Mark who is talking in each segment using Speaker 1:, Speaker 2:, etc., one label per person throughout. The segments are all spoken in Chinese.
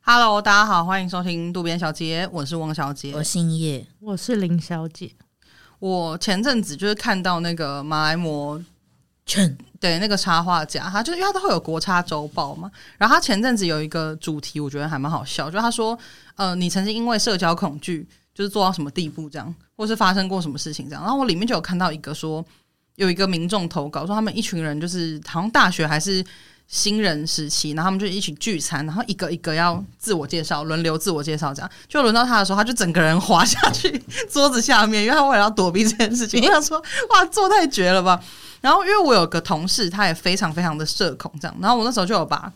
Speaker 1: Hello，大家好，欢迎收听渡边小姐，我是汪小姐
Speaker 2: 我。姓叶，
Speaker 3: 我是林小姐，
Speaker 1: 我前阵子就是看到那个马来模
Speaker 2: 劝
Speaker 1: 对那个插画家，他就是因为他都会有国差周报嘛，然后他前阵子有一个主题，我觉得还蛮好笑，就他说，呃，你曾经因为社交恐惧就是做到什么地步这样，或是发生过什么事情这样，然后我里面就有看到一个说，有一个民众投稿说他们一群人就是好像大学还是。新人时期，然后他们就一起聚餐，然后一个一个要自我介绍，轮流自我介绍，这样就轮到他的时候，他就整个人滑下去桌子下面，因为他为了要躲避这件事情，我想说，哇，做太绝了吧！然后因为我有个同事，他也非常非常的社恐，这样，然后我那时候就有把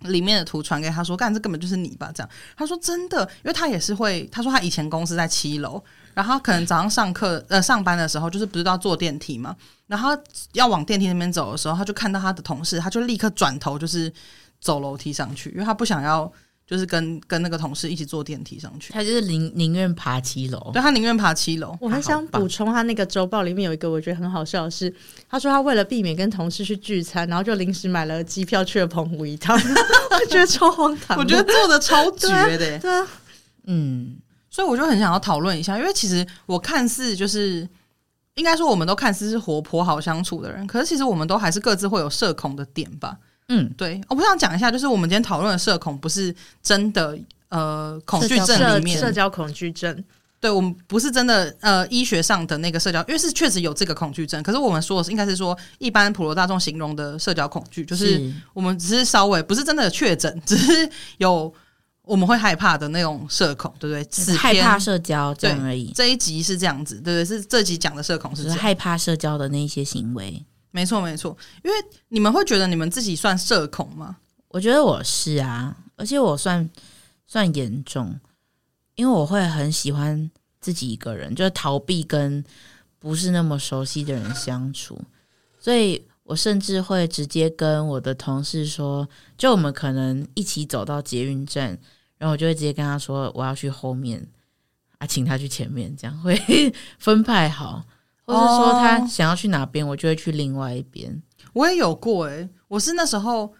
Speaker 1: 里面的图传给他说，干，这根本就是你吧？这样，他说真的，因为他也是会，他说他以前公司在七楼，然后他可能早上上课呃上班的时候，就是不是都要坐电梯嘛，然后他要往电梯那边走的时候，他就看到他的同事，他就立刻转头就是走楼梯上去，因为他不想要就是跟跟那个同事一起坐电梯上去，
Speaker 2: 他就是宁宁愿爬七楼，
Speaker 1: 对他宁愿爬七楼，
Speaker 3: 我还想补充他那个周报里面有一个我觉得很好笑的是，他说他为了避免跟同事去聚餐，然后就临时买了机票去了澎湖一趟， 我觉得超荒唐的。
Speaker 1: 我觉得做的超绝的耶、
Speaker 3: 对啊，
Speaker 2: 嗯，
Speaker 1: 所以我就很想要讨论一下，因为其实我看似就是，应该说我们都看似是活泼好相处的人，可是其实我们都还是各自会有社恐的点吧。
Speaker 2: 嗯，
Speaker 1: 对，哦我想讲一下，就是我们今天讨论的社恐，不是真的呃恐惧
Speaker 2: 社
Speaker 1: 症里面，
Speaker 3: 社交恐惧症，
Speaker 1: 对我们不是真的呃医学上的那个社交，因为是确实有这个恐惧症，可是我们说的是应该是说一般普罗大众形容的社交恐惧，就是我们只是稍微不是真的确诊， 只是有我们会害怕的那种社恐，对不对？
Speaker 2: 就
Speaker 1: 此
Speaker 2: 是害
Speaker 1: 篇
Speaker 2: 怕社交这样而已，
Speaker 1: 这一集是这样子，对对，是这集讲的社恐
Speaker 2: 就是是
Speaker 1: 这样，
Speaker 2: 害怕社交的那一些行为。
Speaker 1: 没错没错。因为你们会觉得你们自己算社恐吗？
Speaker 2: 我觉得我是啊，而且我算算严重，因为我会很喜欢自己一个人，就是逃避跟不是那么熟悉的人相处，所以我甚至会直接跟我的同事说，就我们可能一起走到捷运站，然后我就会直接跟他说我要去后面啊，请他去前面，这样会 分派好，或是说他
Speaker 1: 哦
Speaker 2: 想要去哪边，我就会去另外一边。
Speaker 1: 我也有过诶、我是那时候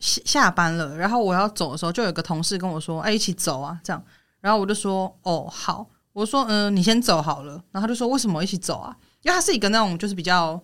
Speaker 1: 下下班了，然后我要走的时候，就有个同事跟我说：“哎、一起走啊！”这样，然后我就说：“哦，好。”我说：“嗯、你先走好了。”然后他就说：“为什么一起走啊？”因为他是一个那种就是比较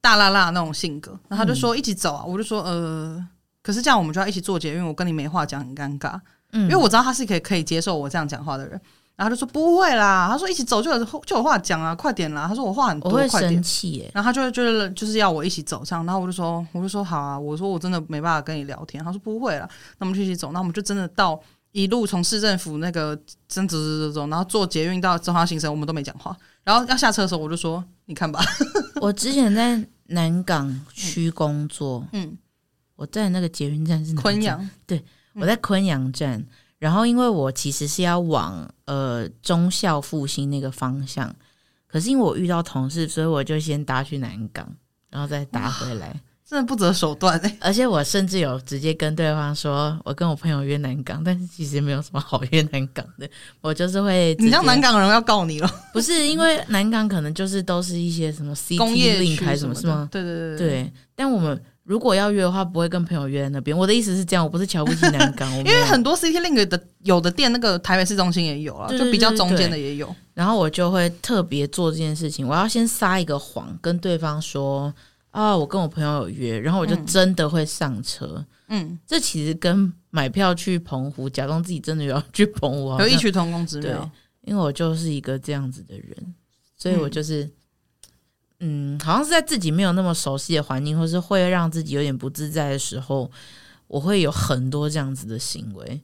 Speaker 1: 大辣辣的那种性格，然后他就说：“一起走啊！”我就说：“呃，可是这样我们就要一起做捷运，我跟你没话讲，很尴尬。”
Speaker 2: 嗯
Speaker 1: 因为我知道他是可以可以接受我这样讲话的人。然后他就说不会啦，他说一起走就有就有话讲啊，快点啦。他说我话很
Speaker 2: 我
Speaker 1: 多，
Speaker 2: 会
Speaker 1: 快点
Speaker 2: 生。气耶、
Speaker 1: 然后他就就是就是要我一起走这样，然后我就说我就说好啊，我说我真的没办法跟你聊天。他说不会啦，那我们就一起走。那我们就真的到一路从市政府那个真走走走走，然后坐捷运到中华新生，我们都没讲话。然后要下车的时候，我就说你看吧，
Speaker 2: 我之前在南港区工作，
Speaker 1: 嗯，
Speaker 2: 我在那个捷运站是哪一站
Speaker 1: 昆，阳，嗯
Speaker 2: 我在昆阳站。然后因为我其实是要往呃中校复兴那个方向，可是因为我遇到同事，所以我就先搭去南港，然后再搭回来。
Speaker 1: 真的不择手段哎、
Speaker 2: 而且我甚至有直接跟对方说，我跟我朋友约南港，但是其实没有什么好约南港的，我就是会 直
Speaker 1: 你让
Speaker 2: 接
Speaker 1: 南港人要告你了，
Speaker 2: 不是因为南港可能就是都是一些什么 CT
Speaker 1: 工业
Speaker 2: link
Speaker 1: 区
Speaker 2: 还是
Speaker 1: 什
Speaker 2: 什
Speaker 1: 么
Speaker 2: 么
Speaker 1: 的
Speaker 2: 是吗？
Speaker 1: 对对对，
Speaker 2: 对，但我们如果要约的话，不会跟朋友约在那边。我的意思是这样，我不是瞧不起 南港，我没
Speaker 1: 因
Speaker 2: 有
Speaker 1: 为很多 CT Link 的有的店，那个台北市中心也有啊，
Speaker 2: 对
Speaker 1: 就
Speaker 2: 对
Speaker 1: 比较
Speaker 2: 对对
Speaker 1: 中间
Speaker 2: 对
Speaker 1: 的也有。
Speaker 2: 然后我就会特别做这件事情，我要先撒一个谎，跟对方说啊，我跟我朋友有约，然后我就
Speaker 1: 嗯
Speaker 2: 真的会上车。
Speaker 1: 嗯，
Speaker 2: 这其实跟买票去澎湖，假装自己真的有要去澎湖，好
Speaker 1: 有
Speaker 2: 像
Speaker 1: 异曲同工之
Speaker 2: 哦对
Speaker 1: 妙。，
Speaker 2: 因为我就是一个这样子的人，所以我就是。嗯好像是在自己没有那么熟悉的环境，或是会让自己有点不自在的时候，我会有很多这样子的行为。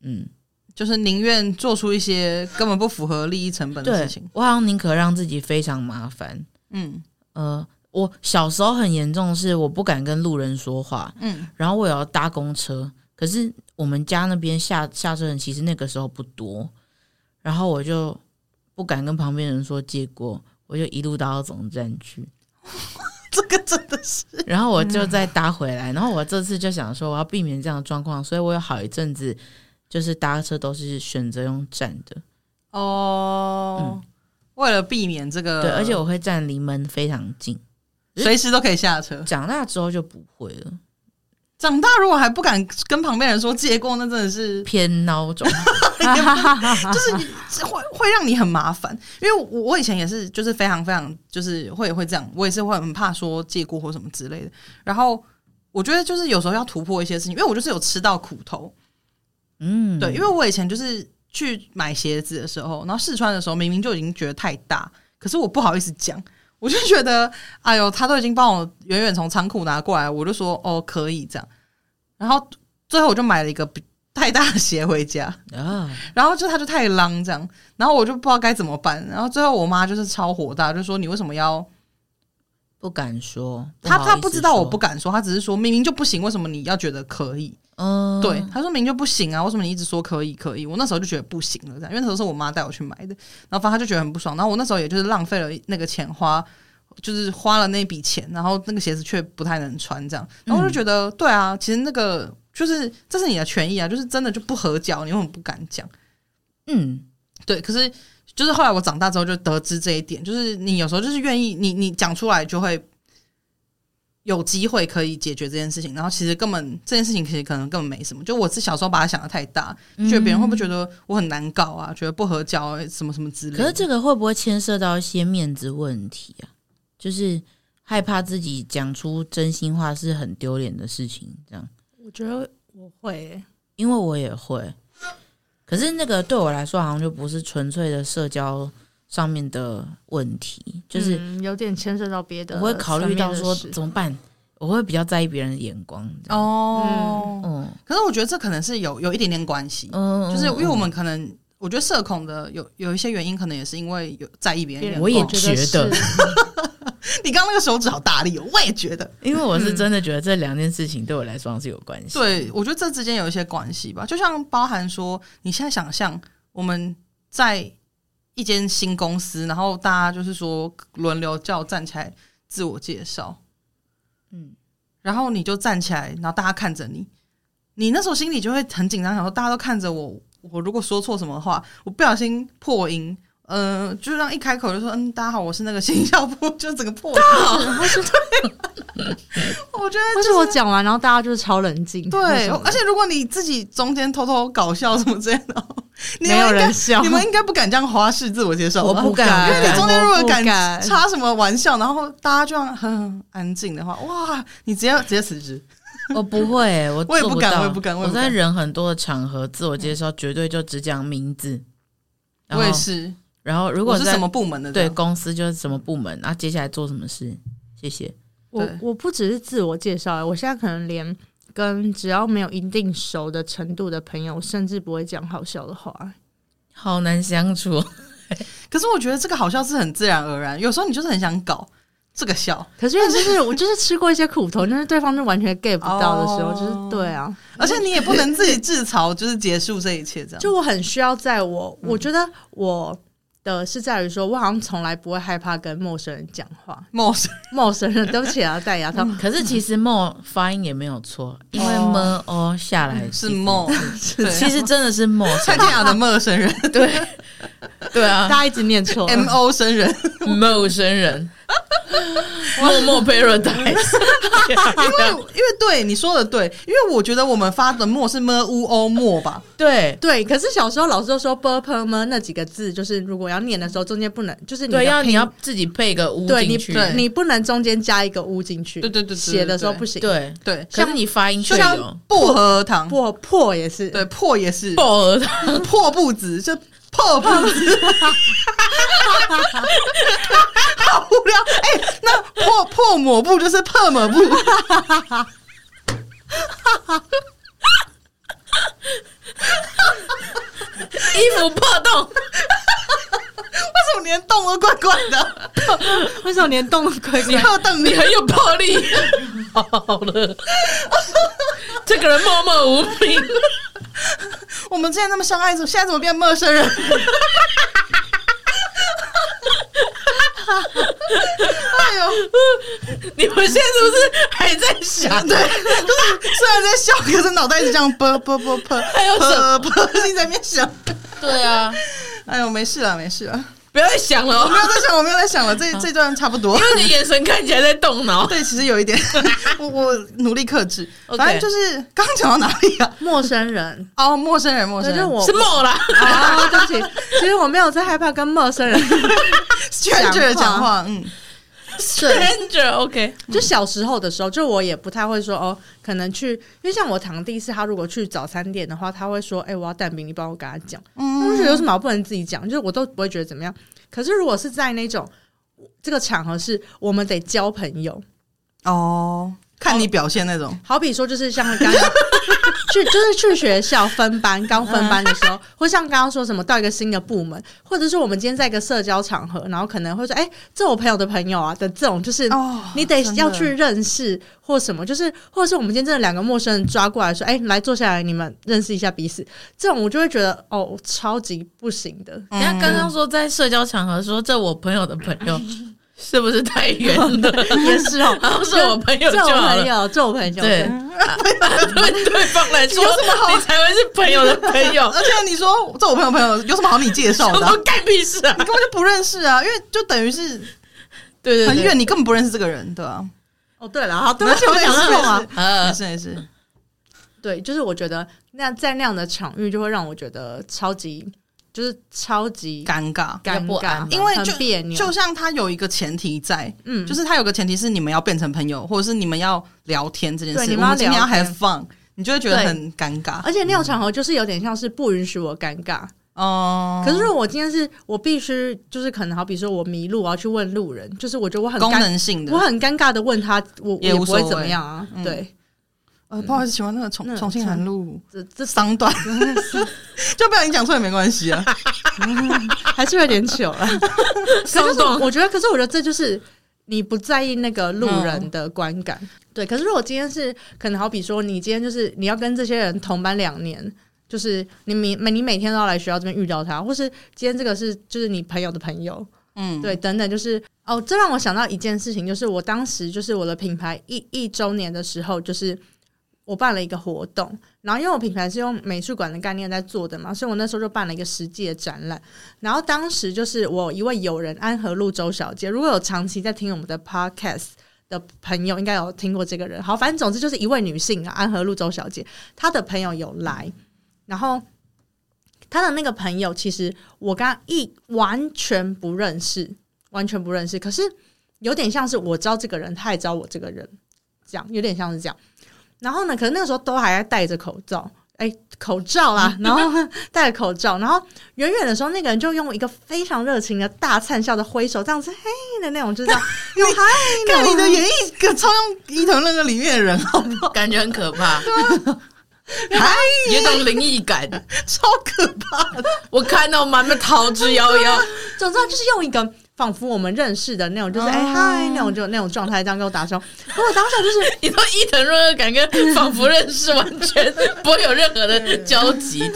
Speaker 2: 嗯，
Speaker 1: 就是宁愿做出一些根本不符合利益成本的
Speaker 2: 对
Speaker 1: 事情。，
Speaker 2: 我好像宁可让自己非常麻烦。
Speaker 1: 嗯
Speaker 2: 呃，我小时候很严重，是我不敢跟路人说话，
Speaker 1: 嗯，
Speaker 2: 然后我也要搭公车，可是我们家那边下下车人其实那个时候不多，然后我就不敢跟旁边人说借过，我就一路搭到总站去，
Speaker 1: 这个真的是
Speaker 2: 然后我就再搭回来，然后我这次就想说我要避免这样的状况，所以我有好一阵子就是搭车都是选择用站的，
Speaker 1: 嗯哦。为了避免这个，
Speaker 2: 对，而且我会站离门非常近，
Speaker 1: 随时都可以下车。
Speaker 2: 长大之后就不会了。
Speaker 1: 长大如果还不敢跟旁边人说借过，那真的是
Speaker 2: 偏孬 种，
Speaker 1: 就是会会让你很麻烦。因为我我以前也是，就是非常非常，就是会会这样，我也是会很怕说借过或什么之类的。然后我觉得就是有时候要突破一些事情，因为我就是有吃到苦头。
Speaker 2: 嗯，
Speaker 1: 对，因为我以前就是去买鞋子的时候，然后试穿的时候，明明就已经觉得太大，可是我不好意思讲，我就觉得，哎呦，他都已经帮我远远从仓库拿过来，我就说哦可以这样，然后最后我就买了一个比太大的鞋回家，
Speaker 2: 啊，
Speaker 1: 然后就他就太浪这样，然后我就不知道该怎么办，然后最后我妈就是超火大，就说你为什么要？
Speaker 2: 不敢说，
Speaker 1: 她
Speaker 2: 好
Speaker 1: 她
Speaker 2: 意
Speaker 1: 不
Speaker 2: 思
Speaker 1: 知道我
Speaker 2: 说
Speaker 1: 不，敢说，她只是说明明就不行，为什么你要觉得可以？
Speaker 2: 嗯，
Speaker 1: 对，，他说明就不行啊，为什么你一直说可以可以？我那时候就觉得不行了，这样，因为那时候是我妈带我去买的，然后反正他就觉得很不爽，然后我那时候也就是浪费了那个钱花，就是花了那笔钱，然后那个鞋子却不太能穿，这样，然后我就觉得，对啊，其实那个就是这是你的权益啊，就是真的就不合脚，你为什么不敢讲？
Speaker 2: 嗯，
Speaker 1: 对，可是就是后来我长大之后就得知这一点，就是你有时候就是愿意，你你讲出来就会。有机会可以解决这件事情，然后其实根本这件事情其实可能根本没什么，就我是小时候把它想的太大，觉得别人会不会觉得我很难搞啊，觉得不合交啊什么什么之类的。
Speaker 2: 嗯可是这个会不会牵涉到一些面子问题啊？就是害怕自己讲出真心话是很丢脸的事情，这样，
Speaker 3: 我觉得我会，
Speaker 2: 因为我也会。可是那个对我来说，好像就不是纯粹的社交上面的问题，就是
Speaker 3: 嗯有点牵涉到别的
Speaker 1: 呃
Speaker 2: 我
Speaker 3: 层
Speaker 2: 会
Speaker 3: 面的事，
Speaker 2: 考虑到说怎么办，我会比较在意别人的眼光。这样，
Speaker 1: 哦、
Speaker 2: 嗯
Speaker 1: 可是我觉得这可能是有有一点点关系，
Speaker 2: 嗯，
Speaker 1: 就是因为
Speaker 2: 嗯
Speaker 1: 我们可能我觉得社恐的有有一些原因，可能也是因为有在意别人
Speaker 3: 别
Speaker 1: 眼
Speaker 3: 人
Speaker 1: 光。
Speaker 2: 我也
Speaker 3: 我
Speaker 2: 觉得
Speaker 3: 是
Speaker 1: 你刚刚那个手指好大力，哦，我也觉得。
Speaker 2: 因为我是真的觉得这两件事情对我来说是有关系。
Speaker 1: 对，我觉得这之间有一些关系吧，就像包含说，你现在想象我们在一间新公司，然后大家就是说轮流叫站起来自我介绍，
Speaker 2: 嗯，
Speaker 1: 然后你就站起来，然后大家看着你，你那时候心里就会很紧张，想说大家都看着我，我如果说错什么话，我不小心破音。嗯、呃，就让一开口就说，嗯，大家好，我是那个行销部， 就整个破音。对，我觉得
Speaker 3: 或
Speaker 1: 就是
Speaker 3: 我讲完，然后大家就是超冷静，或
Speaker 1: 对，
Speaker 3: 什么的
Speaker 1: 而且如果你自己中间偷偷搞笑什么之类的，你们
Speaker 3: 没有
Speaker 1: 应该
Speaker 3: 人笑
Speaker 1: 你们应该不敢这样花式自我介 绍吧？
Speaker 2: 我不敢
Speaker 1: 因为
Speaker 2: 我
Speaker 1: 你中间如果敢
Speaker 3: 我不敢
Speaker 1: 插什么玩笑，然后大家就这样很安静的话，哇，你直接直接辞职。
Speaker 2: 我不 会，我
Speaker 1: 我也不
Speaker 2: 做
Speaker 1: 敢
Speaker 2: 到
Speaker 1: 我也不敢我也
Speaker 2: 我
Speaker 1: 不敢
Speaker 2: 在人很多的场合自我介绍，绝对就只讲名字。
Speaker 1: 嗯
Speaker 2: 然
Speaker 1: 我也
Speaker 2: 后，
Speaker 1: 是，
Speaker 2: 然后如
Speaker 1: 如
Speaker 2: 果
Speaker 1: 是
Speaker 2: 在
Speaker 1: 什么部门的，
Speaker 2: 对，公司就是什么部门，然后接下来做什么事，谢谢。
Speaker 3: 我
Speaker 1: 对
Speaker 3: 我不只是自我介绍、我现在可能连跟只要没有一定熟的程度的朋友，我甚至不会讲好笑的话。
Speaker 2: 好难相处，
Speaker 1: 可是我觉得这个好笑是很自然而然，有时候你就是很想搞这个笑，
Speaker 3: 可是因为就是我就是吃过一些苦头，但是对方就 完全 get 不到的时候，
Speaker 1: 哦
Speaker 3: 就是对啊，
Speaker 2: 嗯
Speaker 1: 而且你也不能自己自嘲，就是结束这一切这样。
Speaker 3: 就我很需要在我，我觉得我的是在于说，我好像从来不会害怕跟陌生人讲话，
Speaker 1: 陌生
Speaker 3: 陌生人对不起啊，戴牙套。
Speaker 2: 可是其实梦发音也没有错，因为
Speaker 1: 哦嗯
Speaker 2: 么哦下来
Speaker 1: 是
Speaker 2: 其实
Speaker 1: 陌，对
Speaker 2: 其实真的 是梦，
Speaker 1: 蔡 健雅的陌 生人
Speaker 2: 对啊
Speaker 3: 大，家一直念 错，
Speaker 2: 嗯
Speaker 1: ，M O 生人，
Speaker 2: 陌 生人，默默 paradise，
Speaker 1: 因为因为对你说的对，因为我觉得我们发的墨是么乌欧墨吧，
Speaker 2: 对
Speaker 3: 对，可是小时候老师就说 b u r p e r 吗？那几个字就是如果要念的时候，中间不能就是你的
Speaker 2: 对，要你
Speaker 3: 拼
Speaker 2: 要自己配个屋
Speaker 3: 对你
Speaker 2: 进去，
Speaker 1: 对
Speaker 3: 你不能中间加一个乌进去，
Speaker 1: 对对对对对
Speaker 3: 写的时候不行。，
Speaker 2: 对，
Speaker 1: 对，
Speaker 2: 可是你哦发音
Speaker 1: 就
Speaker 2: 却
Speaker 1: 像
Speaker 2: 有
Speaker 1: 薄荷糖，
Speaker 3: 破破也是，
Speaker 1: 对破也是
Speaker 2: 爆而
Speaker 1: 破步子，就破步子， 好无聊。哎、那破破抹布就是破抹布，
Speaker 2: 衣服破 洞，
Speaker 1: 为什么连动都怪怪的？
Speaker 3: 为什么连动都鬼
Speaker 1: 你
Speaker 3: 鬼？
Speaker 1: 破凳
Speaker 2: 你
Speaker 1: 你
Speaker 2: 很有魄力。 好了，这个人默默无名。
Speaker 1: 我们之前那么相爱，怎么现在怎么变陌生人？哎呦！
Speaker 2: 你们现在是不是还在想？
Speaker 1: 对，就是虽然在笑，可是脑袋一直这样啵啵啵啵，还
Speaker 2: 有什
Speaker 1: 啵啵，一直在那边想。
Speaker 2: 对啊，
Speaker 1: 哎呦，没事了，没事了。
Speaker 4: 不要再想了
Speaker 1: 我
Speaker 4: 哦，
Speaker 1: 没有在想，我没有在想了，这这段差不多
Speaker 4: 因。为你眼神看起来在动脑。
Speaker 1: 对，其实有一点，我我努力克制。
Speaker 4: OK
Speaker 1: 反正就是刚刚讲到哪里啊？
Speaker 3: 陌生人，
Speaker 1: 哦，陌生 人，陌
Speaker 3: 对，
Speaker 1: 生
Speaker 3: 就是
Speaker 1: 人
Speaker 3: 我
Speaker 4: 是梦啦，
Speaker 3: 啊，对不起，其实我没有在害怕跟陌生人
Speaker 1: ，stranger 讲
Speaker 3: 讲
Speaker 1: 话，嗯，
Speaker 3: 对
Speaker 4: Stranger OK，
Speaker 3: 就小时候的时候，就我也不太会说哦，可能去，因为像我堂弟是他如果去早餐店的话，他会说，哎、我要蛋饼，你帮我跟他讲。嗯，我就觉得有什么好不能自己讲，就是我都不会觉得怎么样。可是如果是在那种这个场合是，我们得交朋友，
Speaker 1: 哦，看你表现那种，
Speaker 3: 好比说就是像刚刚去就是去学校分班，刚分班的时候，或像刚刚说什么到一个新的部门，或者是我们今天在一个社交场合，然后可能会说，哎、这我朋友的朋友啊的这种，就是
Speaker 1: 哦，
Speaker 3: 你得
Speaker 1: 真的
Speaker 3: 要去认识或什么，就是或者是我们今天真的两个陌生人抓过来说，哎、来坐下来，你们认识一下彼此，这种我就会觉得哦，超级不行的。
Speaker 2: 人家刚刚说在社交场合说这我朋友的朋 友，是不是太远了？
Speaker 3: 也是 哦，
Speaker 4: 然后是我朋友
Speaker 3: 这
Speaker 4: 就
Speaker 3: 种
Speaker 4: 好
Speaker 3: 朋
Speaker 4: 了，
Speaker 3: 友，这种朋友，
Speaker 2: 对，
Speaker 4: 把对 对方来说，
Speaker 1: 有什么好
Speaker 4: 你才会是朋友的朋 友？
Speaker 1: 而且你说这我朋友朋友有什么好你介绍的啊、
Speaker 4: 我干屁事啊
Speaker 1: 你！根本就不认识啊，因为就等于是
Speaker 4: 对对对，
Speaker 1: 很远，你根本不认识这个人，对吧、
Speaker 3: 哦，对了，好，对不起，我
Speaker 1: 没事
Speaker 3: 讲错啊。
Speaker 1: 没
Speaker 4: 呃，
Speaker 1: 事没事，
Speaker 3: 对，就是我觉得那在那样的场域，就会让我觉得超级，就是超级
Speaker 1: 尴尬。
Speaker 3: 尴
Speaker 4: 不安
Speaker 3: 尬，
Speaker 1: 因为
Speaker 3: 很
Speaker 1: 就
Speaker 3: 别扭，
Speaker 1: 就像他有一个前提在，
Speaker 3: 嗯，
Speaker 1: 就是他有个前提是你们要变成朋友，或者是你们要聊天这件事，
Speaker 3: 对你们
Speaker 1: 我
Speaker 3: 要
Speaker 1: 今天要
Speaker 3: 聊
Speaker 1: have
Speaker 3: 天
Speaker 1: fun，你就会觉得
Speaker 3: 对
Speaker 1: 很尴尬。
Speaker 3: 而且那种场合就是有点像是不允许我尴尬，
Speaker 1: 哦、
Speaker 3: 可是如果我今天是我必须，就是可能好比说我迷路，我要去问路人，就是我觉得我很
Speaker 1: 功
Speaker 3: 尴，
Speaker 1: 能性的，
Speaker 3: 我很尴尬的问他，我我
Speaker 1: 也
Speaker 3: 也
Speaker 1: 无
Speaker 3: 不会
Speaker 1: 所
Speaker 3: 怎么
Speaker 1: 谓
Speaker 3: 样啊。
Speaker 1: 嗯
Speaker 3: 对，
Speaker 1: 呃，不好意思，请问那个重
Speaker 3: 那
Speaker 1: 重庆
Speaker 3: 重
Speaker 1: 南路
Speaker 3: 这这
Speaker 1: 这商段， 就不小心讲错也没关系 啊。
Speaker 3: 还是有点糗 了。可
Speaker 4: 松
Speaker 3: 是我
Speaker 4: 动
Speaker 3: 我觉得，可是我觉得这就是你不在意那个路人的观感。嗯对，可是如果今天是可能好比说，你今天就是你要跟这些人同班两年。就是你每每你每天都要来学校这边遇到他，或是今天这个是就是你朋友的朋友，
Speaker 1: 嗯，
Speaker 3: 对，等等，就是哦，这让我想到一件事情，就是我当时就是我的品牌一一周年的时候，就是我办了一个活动，然后因为我品牌是用美术馆的概念在做的嘛，所以我那时候就办了一个实际的展览。然后当时就是我一位友人安和路周小姐，如果有长期在听我们的 podcast。的朋友应该有听过这个人，好，反正总之就是一位女性啊，安和路周小姐，她的朋友有来，然后她的那个朋友其实我刚刚一完全不认识，完全不认识。可是有点像是我知道这个人，他也知道我这个人，这样有点像是这样。然后呢，可是那个时候都还在戴着口罩，哎、口罩 啦，然后戴着口罩，然后远远的时候，那个人就用一个非常热情的大灿笑的挥手，这样子嘿的那种，就是 这样用嗨那
Speaker 1: 看
Speaker 3: 种
Speaker 1: 你的演绎，可超用伊藤润二里面的人哦，
Speaker 2: 感觉很可怕，
Speaker 3: 啊
Speaker 1: 嗨，
Speaker 2: 有一种灵异感。
Speaker 1: 超可怕啊的。
Speaker 4: 我看到满面逃之夭夭，
Speaker 3: 总之他就是用一个仿佛我们认识的那种，就是
Speaker 1: 哦
Speaker 3: 哎嗨、那种就那种状态，这样跟我打招呼。我当下就是
Speaker 4: 你说伊藤润二感跟仿佛认识完全不会有任何的交集，
Speaker 3: 然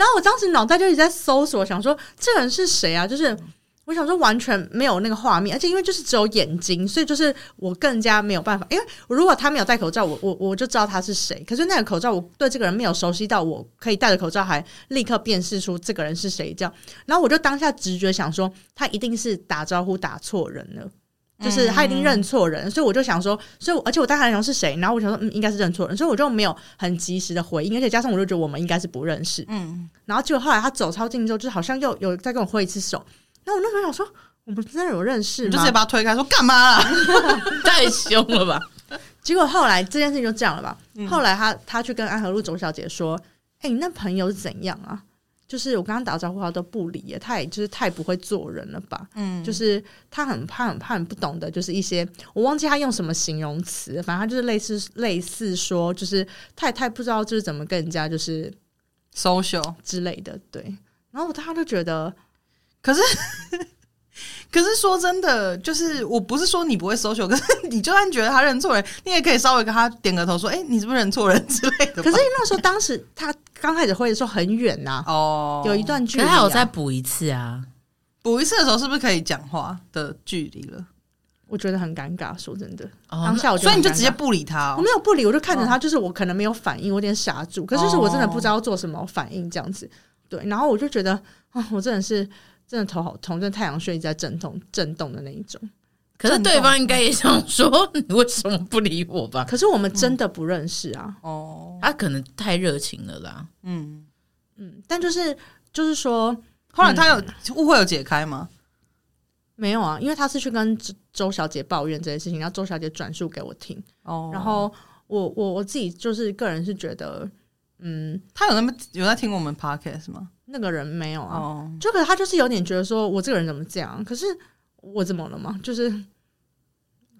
Speaker 3: 后我当时脑袋就一直在搜索，想说这个人是谁啊？就是我想说完全没有那个画面，而且因为就是只有眼睛，所以就是我更加没有办法。因为如果他没有戴口罩，我我我就知道他是谁。可是那个口罩，我对这个人没有熟悉到，我可以戴着口罩还立刻辨识出这个人是谁。这样，然后我就当下直觉想说，他一定是打招呼打错人了。就是他一定认错人，所以我就想说，所以我而且我当时还想是谁，然后我想说，嗯，应该是认错人，所以我就没有很及时的回应，而且加上我就觉得我们应该是不认识，
Speaker 1: 嗯，
Speaker 3: 然后结果后来他走超近之后，就是好像又有再跟我挥一次手。然后我那时候想说，我们真的有认识
Speaker 1: 你就
Speaker 3: 吗
Speaker 1: 直接？把他推开，说干嘛啦？
Speaker 4: 太凶了吧？
Speaker 3: 结果后来这件事情就这样了吧。
Speaker 1: 嗯
Speaker 3: 后来他他去跟安和路总小姐说：“哎、你那朋友是怎样啊？就是我刚刚打招呼他都不理耶，他也就是太不会做人了吧？
Speaker 1: 嗯，
Speaker 3: 就是他很怕很怕很不懂得，就是一些我忘记他用什么形容词，反正他就是类似类似说，就是太太不知道就是怎么跟人家就是
Speaker 1: social。
Speaker 3: 之类的，对。”然后我他就觉得，
Speaker 1: 可是说真的，就是我不是说你不会 social，可是你就算觉得他认错人，你也可以稍微跟他点个头，说：“哎、你是不是认错人之类的吧？”
Speaker 3: 可是那时候当时他刚开始挥的时候很远呐、
Speaker 1: 哦，
Speaker 3: 有一段距
Speaker 2: 可
Speaker 3: 离、
Speaker 2: 是
Speaker 3: 啊。
Speaker 2: 他有再补一次啊，
Speaker 1: 补一次的时候，是不是可以讲话的距离了？
Speaker 3: 我觉得很尴尬，说真的，
Speaker 2: 哦
Speaker 3: 当，下我觉
Speaker 1: 所
Speaker 3: 得
Speaker 1: 以
Speaker 3: 很
Speaker 1: 你
Speaker 3: 尴尬
Speaker 1: 就直接不理他、
Speaker 3: 我
Speaker 1: 哦
Speaker 3: 没。有不理，我就看着他，就是我可能没有反应，我有点傻哦住，可是就是我真的不知道做什么反应这样子。对，然后我就觉得啊，我真的是真的头好痛，真的太阳穴一直在震动震动的那一种。
Speaker 4: 可
Speaker 2: 哦
Speaker 4: 是对方应该也想说，你为什么不理我吧？
Speaker 3: 可是我们真的不认识啊，
Speaker 1: 哦，
Speaker 4: 他可能太热情了啦。
Speaker 1: 嗯，
Speaker 3: 嗯，但就是就是说
Speaker 1: 后来他有误会有解开吗？
Speaker 3: 没有啊，因为他是去跟周周小姐抱怨这件事情，然后周小姐转述给我听，
Speaker 1: 哦，
Speaker 3: 然后我我我自己就是个人是觉得，嗯，
Speaker 1: 他有那么有在听我们 podcast 吗？
Speaker 3: 那个人没有啊，
Speaker 1: 哦，
Speaker 3: 就可是他就是有点觉得说我这个人怎么这样，可是我怎么了嘛？就是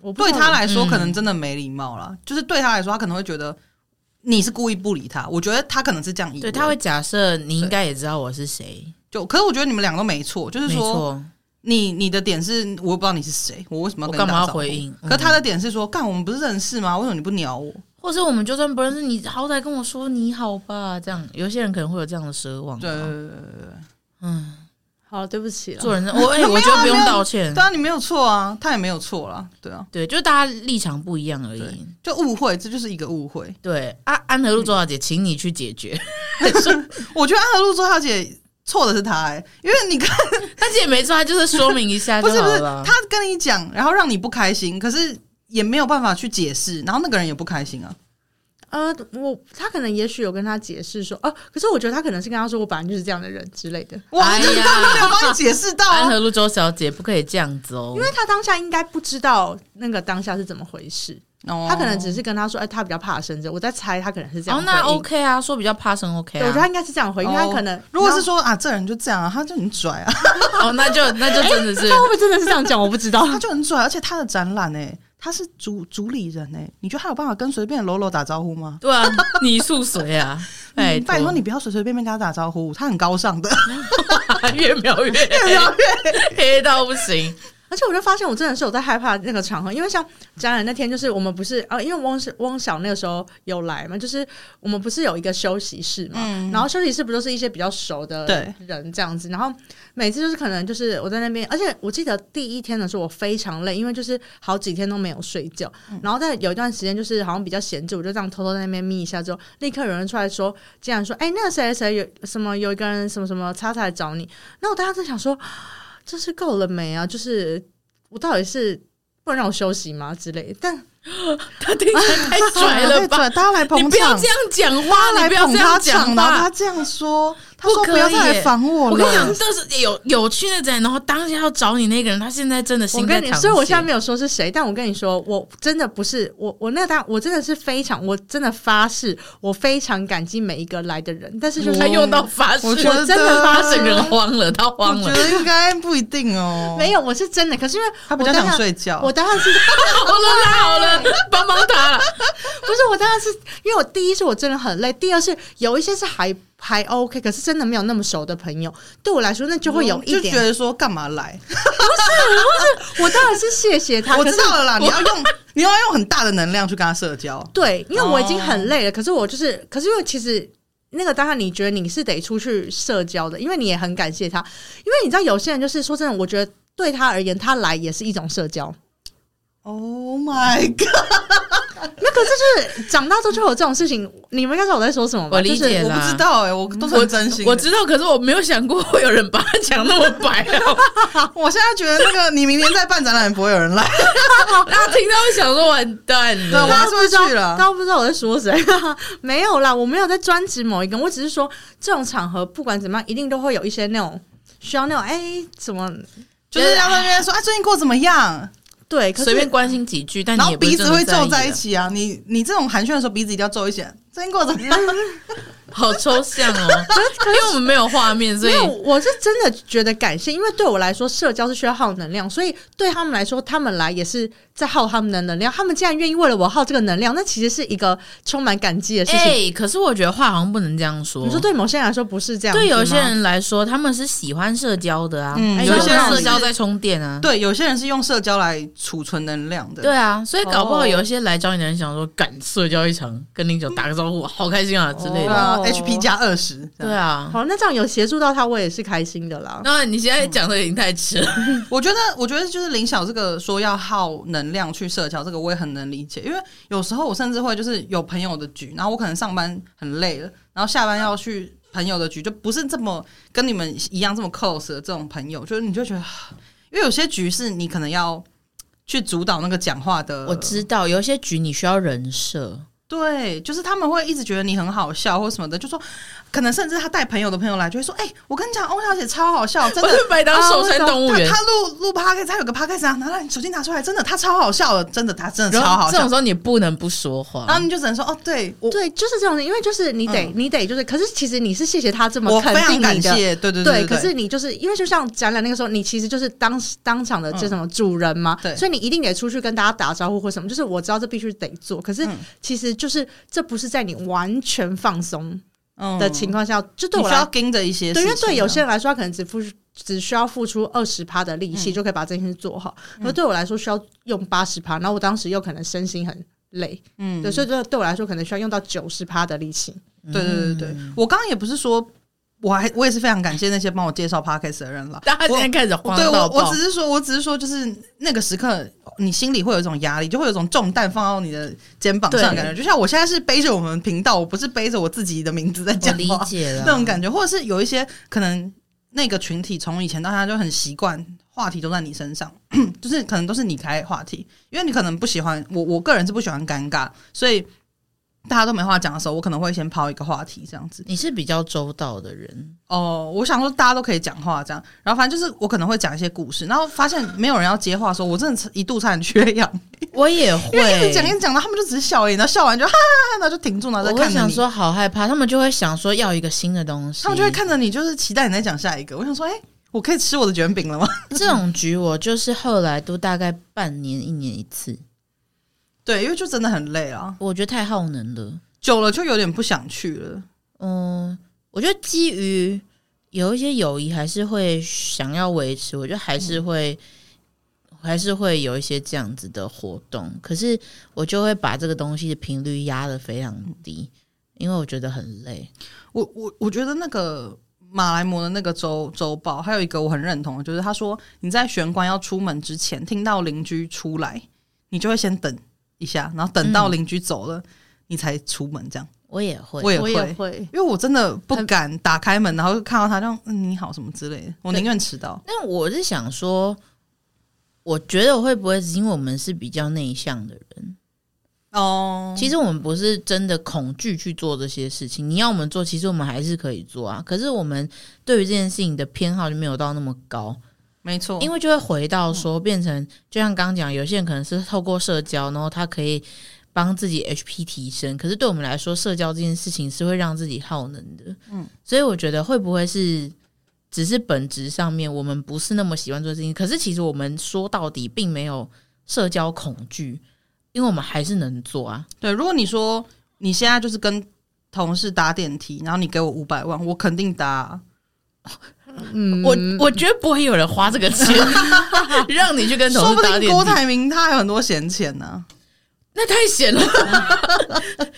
Speaker 3: 我不
Speaker 1: 对他
Speaker 3: 来，
Speaker 1: 来说
Speaker 2: 嗯
Speaker 1: 可能真的没礼貌啦，就是对他来说，他可能会觉得你是故意不理他。我觉得他可能是这样以为，
Speaker 2: 对，他会假设你应该也知道我是谁，
Speaker 1: 就，可是我觉得你们两个都没错，就是
Speaker 2: 没
Speaker 1: 说
Speaker 2: 错，
Speaker 1: 你你的点是我也不知道你是谁，我为什么要
Speaker 2: 我
Speaker 1: 跟你
Speaker 2: 干嘛
Speaker 1: 打
Speaker 2: 要
Speaker 1: 招呼
Speaker 2: 回？应？嗯
Speaker 1: 可是他
Speaker 2: 的，
Speaker 1: 的点是说，干我们不是认识吗？为什么你不鸟我？
Speaker 2: 或是我们就算不认识你，好歹跟我说你好吧，这样有些人可能会有这样的奢望吧。啊
Speaker 1: 对对对对对
Speaker 2: 嗯，
Speaker 3: 好，对不起了。
Speaker 2: 做人真我哎，我觉得不用道歉
Speaker 1: 对，对，啊，你没有错啊，他也没有错啦，对啊，
Speaker 2: 对，就是大家立场不一样而
Speaker 1: 对
Speaker 2: 已。
Speaker 1: 就误会，这就是一个误会。
Speaker 2: 对，啊，安和路周小姐，请你去解决。
Speaker 1: 我觉得安和路周小姐错的是他、欸，因为你看。
Speaker 2: 但是也没错，她就是说明一下就
Speaker 1: 不是
Speaker 2: 好
Speaker 1: 不是，
Speaker 2: 了
Speaker 1: 他。跟你讲，然后让你不开心，可是也没有办法去解释，然后那个人也不开心啊。
Speaker 3: 呃，我他可能也许有跟他解释说，哦、可是我觉得他可能是跟他说我本来就是这样的人之类的，
Speaker 1: 哇，
Speaker 2: 哎
Speaker 1: 你
Speaker 2: 呀
Speaker 1: 这根本没有帮你解释到
Speaker 2: 安
Speaker 1: 啊！
Speaker 2: 和路周小姐不可以这样子哦
Speaker 3: 因，为他当下应该不知道那个当下是怎么回事，
Speaker 1: 哦
Speaker 3: 他可能只是跟他说，哎、他比较怕生这，我在猜他可能是这
Speaker 2: 哦
Speaker 3: 样回，应。
Speaker 2: 那 OK 啊，说比较怕生 OK
Speaker 3: 对我觉得
Speaker 2: 啊
Speaker 3: 他，应该是这样回应，因为他可能
Speaker 1: 如果是
Speaker 3: 说
Speaker 1: 说啊，这人就这样啊，他就很拽啊，
Speaker 2: 哦，那就那就真 的
Speaker 1: 哎
Speaker 2: 是
Speaker 3: 他会不会真的是这样讲，我不知道。
Speaker 1: 他就很拽，而且他的展览哎、他是主主理人哎、你觉得他有办法跟随便的喽喽打招呼吗？
Speaker 2: 对啊，你诉谁啊？哎，
Speaker 1: 嗯拜托你不要随随便便跟他打招呼，他很高尚的。
Speaker 2: 越描越黑，黑到不行。
Speaker 3: 而且我就发现，我真的是有在害怕那个场合，因为像展览那天，就是我们不是啊，因为汪是汪小那个时候有来嘛，就是我们不是有一个休息室嘛，然后休息室不就是一些比较熟的
Speaker 1: 对
Speaker 3: 人这样子，然后每次就是可能就是我在那边，而且我记得第一天的时候我非常累，因为就是好几天都没有睡觉，然后在有一段时间就是好像比较闲置，我就这样偷偷在那边眯一下，之后立刻有人出来说，竟然说，哎、那个谁谁谁有什么有一个人什么什么叉叉来找你，那我当时在想说，这是够了没啊？就是我到底是不能让我休息吗之类的？但
Speaker 2: 他听起来太拽了吧？
Speaker 1: 太拽大家来捧场，
Speaker 2: 你不要这样
Speaker 1: 大
Speaker 2: 讲话，
Speaker 1: 家
Speaker 2: 你
Speaker 1: 来
Speaker 2: 不要
Speaker 1: 捧
Speaker 2: 这
Speaker 1: 他
Speaker 2: 样讲
Speaker 1: 场，然后
Speaker 2: 话
Speaker 1: 他。这样说，他说
Speaker 2: 不可
Speaker 1: 不要再来
Speaker 2: 以
Speaker 1: 烦我了。
Speaker 2: 我跟你讲，但是有有去那展，然后当下要找你那个人，他现在真的
Speaker 3: 我
Speaker 2: 心在
Speaker 3: 跟
Speaker 2: 淌
Speaker 3: 你，
Speaker 2: 血。
Speaker 3: 所以我现在没有说是谁，但我跟你说，我真的不是我，我那当我真的是非常，我真的发誓，我非常感激每一个来的人，但是就是。
Speaker 2: 他用到发誓，
Speaker 1: 我觉得
Speaker 2: 真的发誓，人慌了，他
Speaker 1: 我
Speaker 2: 慌
Speaker 1: 觉
Speaker 2: 了，
Speaker 1: 得应该不一定哦
Speaker 3: 没有，我是真的，可是因为
Speaker 1: 他比较
Speaker 3: 我当
Speaker 1: 想
Speaker 3: 下。
Speaker 1: 睡觉。
Speaker 3: 我当然是
Speaker 2: 好了啦，好了，帮帮他了。
Speaker 3: 不是我当然是因为我第一是我真的很累，第二是有一些是还还 OK，可是真的没有那么熟的朋友，对我来说那就会有一
Speaker 1: 嗯就
Speaker 3: 点
Speaker 1: 觉。得说干嘛 来？
Speaker 3: 我当然是谢谢
Speaker 2: 啊
Speaker 3: 他，
Speaker 1: 我
Speaker 3: 可
Speaker 1: 知
Speaker 3: 是
Speaker 1: 道了啦，你要用你要用很大的能量去跟他社交。
Speaker 3: 对，因为我已经
Speaker 2: 哦
Speaker 3: 很累了，可是我就是，可是因为其实那个当然，你觉得你是得出去社交的，因为你也很感谢他，因为你知道有些人就是说真的，我觉得对他而言，他来也是一种社交。
Speaker 1: Oh my god！
Speaker 3: 那可是就是长大之后就有这种事情，你们应该知道我在说什么吧？
Speaker 2: 我理
Speaker 3: 就是
Speaker 2: 解
Speaker 1: 我
Speaker 2: 啦
Speaker 1: 不知道哎、我都是很真心的
Speaker 2: 啊我知道，可是我没有想过会有人把他讲那么白啊！
Speaker 1: 我现在觉得那个你明年再办展览也不会有人来，
Speaker 2: 大家听到会想说完蛋
Speaker 1: 对我
Speaker 2: 了。
Speaker 1: 还
Speaker 3: 大
Speaker 1: 是
Speaker 3: 家
Speaker 1: 会
Speaker 3: 不知道，
Speaker 1: 去
Speaker 3: 大
Speaker 1: 了。
Speaker 3: 家不知道我在说谁，没有啦，我没有在专指某一个人，我只是说这种场合不管怎么样，一定都会有一些那种需要那种哎、怎么
Speaker 1: 就是要在那边说啊，最近过得怎么样？
Speaker 3: 对，可是
Speaker 2: 随便关心几句，但
Speaker 1: 然
Speaker 2: 你
Speaker 1: 后
Speaker 2: 也不
Speaker 1: 鼻
Speaker 2: 是
Speaker 1: 子会皱
Speaker 2: 真的
Speaker 1: 在
Speaker 2: 在意
Speaker 1: 一
Speaker 2: 的，
Speaker 1: 起啊。你你这种寒暄的时候，鼻子一定要皱一些。最近过得怎 么样？
Speaker 2: 好抽象哦。因为我们没有画面，所以
Speaker 3: 没有，我是真的觉得感谢，因为对我来说，社交是需要耗能量，所以对他们来说，他们来也是在耗他们的能量。他们既然愿意为了我耗这个能量，那其实是一个充满感激的事情。
Speaker 2: 哎、可是我觉得话好像不能这样说。
Speaker 3: 你说对某些人来说不是这样子吗，
Speaker 2: 对有些人来说，他们是喜欢社交的啊，
Speaker 1: 嗯
Speaker 2: 哎
Speaker 3: 有
Speaker 2: 他
Speaker 3: 些
Speaker 2: 们
Speaker 3: 人
Speaker 2: 社交在充电啊。
Speaker 1: 对，有些人是用社交来储存能量的。
Speaker 2: 对啊，所以搞不
Speaker 1: 哦
Speaker 2: 好有一些来找你的人想说，赶社交一场，跟林九打个招呼，好开心啊之类
Speaker 1: 对
Speaker 2: 的。
Speaker 1: 啊
Speaker 3: 哦
Speaker 1: ，HP 加二十。
Speaker 2: 对啊，
Speaker 3: 好，那这样有协助到他，我也是开心的啦。
Speaker 2: 那你现在讲的已经太迟了。
Speaker 1: 我觉得，我觉得就是林晓这个说要耗能量去社交，这个我也很能理解。因为有时候我甚至会就是有朋友的局，然后我可能上班很累了，然后下班要去朋友的局，就不是这么跟你们一样这么 close 的这种朋友，就是你就觉得，因为有些局是你可能要去主导那个讲话的，
Speaker 2: 我知道有一些局你需要人设，
Speaker 1: 对，就是他们会一直觉得你很好笑或什么的，就说可能甚至他带朋友的朋友来，就会说：“哎、我跟你讲，翁小姐超好笑，真
Speaker 4: 我
Speaker 1: 的。”
Speaker 4: 是麦当
Speaker 1: 啊
Speaker 4: 寿山动物园
Speaker 1: 他。他录录 p o d 他有个 p o d c a 拿到你手机拿出来，真的，他超好笑的，真的，他真的
Speaker 2: 然
Speaker 1: 超
Speaker 2: 后
Speaker 1: 好
Speaker 2: 这
Speaker 1: 笑
Speaker 2: 种。时候你不能不说话
Speaker 1: 然，后你就只能说：“哦，对我，
Speaker 3: 对，就是这种，因为就是你得，你得就是，可是其实你是谢谢他这么
Speaker 1: 我
Speaker 3: 肯
Speaker 1: 非
Speaker 3: 定
Speaker 1: 常
Speaker 3: 你
Speaker 1: 感
Speaker 3: 的，
Speaker 1: 谢。”对对对，
Speaker 3: 可是你就是因为就像展览那个时候，你其实就是当当场的这什么主人嘛，
Speaker 1: 嗯对
Speaker 3: 所以你一定得出去跟大家打招呼或什么。就是我知道这必须得做，可是
Speaker 1: 嗯
Speaker 3: 其实就是这不是在你完全放松的情
Speaker 1: 况，
Speaker 3: 况下，就
Speaker 1: 嗯
Speaker 3: 对
Speaker 1: 你
Speaker 3: 我
Speaker 1: 需
Speaker 3: 来
Speaker 1: 要跟着一些事情
Speaker 3: 对，
Speaker 1: 啊，
Speaker 3: 因为对有些人来说，他可能只付只需要付出二十趴的力
Speaker 1: 嗯
Speaker 3: 气就可以把这件事做好，而对我来说需要用八十趴，然后我当时又可能身心很累，
Speaker 1: 嗯，
Speaker 3: 对，所以这对我来说可能需要用到九十趴的力气。
Speaker 1: 对对对对，对
Speaker 3: 嗯
Speaker 1: 我刚刚也不是说，我还我也是非常感谢那些帮我介绍 podcast 的人了。
Speaker 4: 大家
Speaker 1: 我
Speaker 4: 现在开始慌
Speaker 1: 对
Speaker 4: 到
Speaker 1: 我，
Speaker 4: 爆
Speaker 1: 我只，是说，我只是说，就是那个时刻，你心里会有一种压力，就会有一种重担放到你的肩膀上，
Speaker 3: 对
Speaker 1: 感觉就像我现在是背着我们频道，我不是背着我自己的名字在
Speaker 2: 我
Speaker 1: 讲
Speaker 2: 理
Speaker 1: 话，
Speaker 2: 解了
Speaker 1: 那种感觉，或者是有一些可能那个群体从以前到现在就很习惯，话题都在你身上，就是可能都是你开话题，因为你可能不喜欢我，我个人是不喜欢尴尬，所以大家都没话讲的时候，我可能会先抛一个话题这样子。
Speaker 2: 你是比较周到的人，
Speaker 1: 哦，我想说大家都可以讲话这样，然后反正就是我可能会讲一些故事，然后发现没有人要接话的时候，我真的一度差点缺氧，
Speaker 2: 我也
Speaker 1: 因 为一
Speaker 2: 会
Speaker 1: 直讲一直讲到他们就只是笑而已，然后笑完就哈 哈哈，然后就停住，然后
Speaker 2: 我
Speaker 1: 再
Speaker 2: 会
Speaker 1: 看着
Speaker 2: 想
Speaker 1: 你，
Speaker 2: 说好害怕，他们就会想说要一个新的东西，
Speaker 1: 他们就会看着你，就是期待你在讲下一个。我想说，哎、我可以吃我的卷饼了吗？
Speaker 2: 这种局，我就是后来都大概半年一年一次，
Speaker 1: 对，因为就真的很累啊，
Speaker 2: 我觉得太耗能了。
Speaker 1: 久了就有点不想去了。
Speaker 2: 嗯，我觉得基于有一些友谊还是会想要维持，我觉得还是会、
Speaker 1: 嗯
Speaker 2: 还是会有一些这样子的活动，可是我就会把这个东西的频率压得非常低，因为我觉得很累。
Speaker 1: 我我我觉得那个马来摩的那个周周报，还有一个我很认同的，就是他说你在玄关要出门之前，听到邻居出来，你就会先等一下，然后等到
Speaker 2: 嗯
Speaker 1: 邻居走了，你才出门。这样
Speaker 2: 我也会，
Speaker 1: 我也
Speaker 3: 我
Speaker 1: 会，
Speaker 3: 也会，
Speaker 1: 因为我真的不敢打开门，然后看到他这样、嗯、你好什么之类的，我宁愿迟到。
Speaker 2: 那我是想说，我觉得会不会是因为我们是比较内向的人？
Speaker 1: 哦，
Speaker 2: 其实我们不是真的恐惧去做这些事情，你要我们做，其实我们还是可以做啊。可是我们对于这件事情的偏好就没有到那么高，
Speaker 1: 没错，
Speaker 2: 因
Speaker 1: 为
Speaker 2: 为就会回到说，变成就像刚刚讲，有些人可能是透过社交，然后他可以帮自己 HP 提升，可是对我们来说，社交这件事情是会让自己耗能的。嗯，所以我觉得会不会是只是本质上面我们不是那么喜欢做这件事情，可是其实我们说到底并没有社交恐惧，因为我们还是能做啊。
Speaker 1: 对，如果你说你现在就是跟同事搭电梯，然后你给我五百万，我肯定搭啊、
Speaker 3: 嗯，
Speaker 2: 我我觉得不会有人花这 个钱让你去跟同
Speaker 1: 说
Speaker 2: 事
Speaker 1: 不
Speaker 2: 搭
Speaker 1: 定
Speaker 2: 电
Speaker 1: 郭
Speaker 2: 梯，
Speaker 1: 台铭他还有很多闲钱呢、
Speaker 4: 那太险了。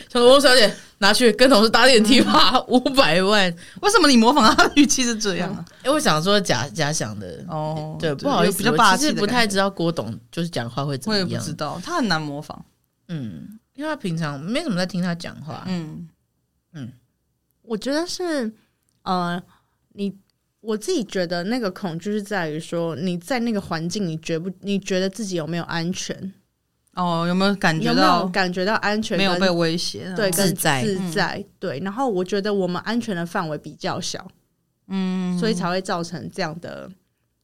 Speaker 4: 小罗小姐拿去跟同事搭电梯
Speaker 1: 嗯
Speaker 4: 吧，五百万。
Speaker 1: 为什么你模仿他的 语气是这样啊？
Speaker 2: 哎、我想说假假想的
Speaker 1: 哦
Speaker 2: 对，不好意
Speaker 1: 比
Speaker 2: 思，
Speaker 1: 较
Speaker 2: 我
Speaker 1: 霸
Speaker 2: 其
Speaker 1: 气
Speaker 2: 实
Speaker 1: 的
Speaker 2: 不太
Speaker 1: 感觉。
Speaker 2: 知道郭董就是讲话会怎
Speaker 1: 我
Speaker 2: 么
Speaker 1: 也不
Speaker 2: 样
Speaker 1: 知。道，他很难模仿。
Speaker 2: 嗯，因为他平常没怎么在听他讲话。
Speaker 1: 嗯，
Speaker 3: 我觉得是，呃，你我自己觉得那个恐惧是在于说你在那个环境，你觉不你觉得自己有没有安全，
Speaker 1: 哦，有没有感觉
Speaker 3: 有没有
Speaker 1: 到
Speaker 3: 感觉到安全
Speaker 1: 没有
Speaker 3: 跟
Speaker 1: 被嗯威胁？啊
Speaker 3: 对
Speaker 2: 自
Speaker 3: 跟
Speaker 2: 在
Speaker 3: 自在对。然后我觉得我们安全的范围比较小，
Speaker 1: 嗯，
Speaker 3: 所以才会造成这样的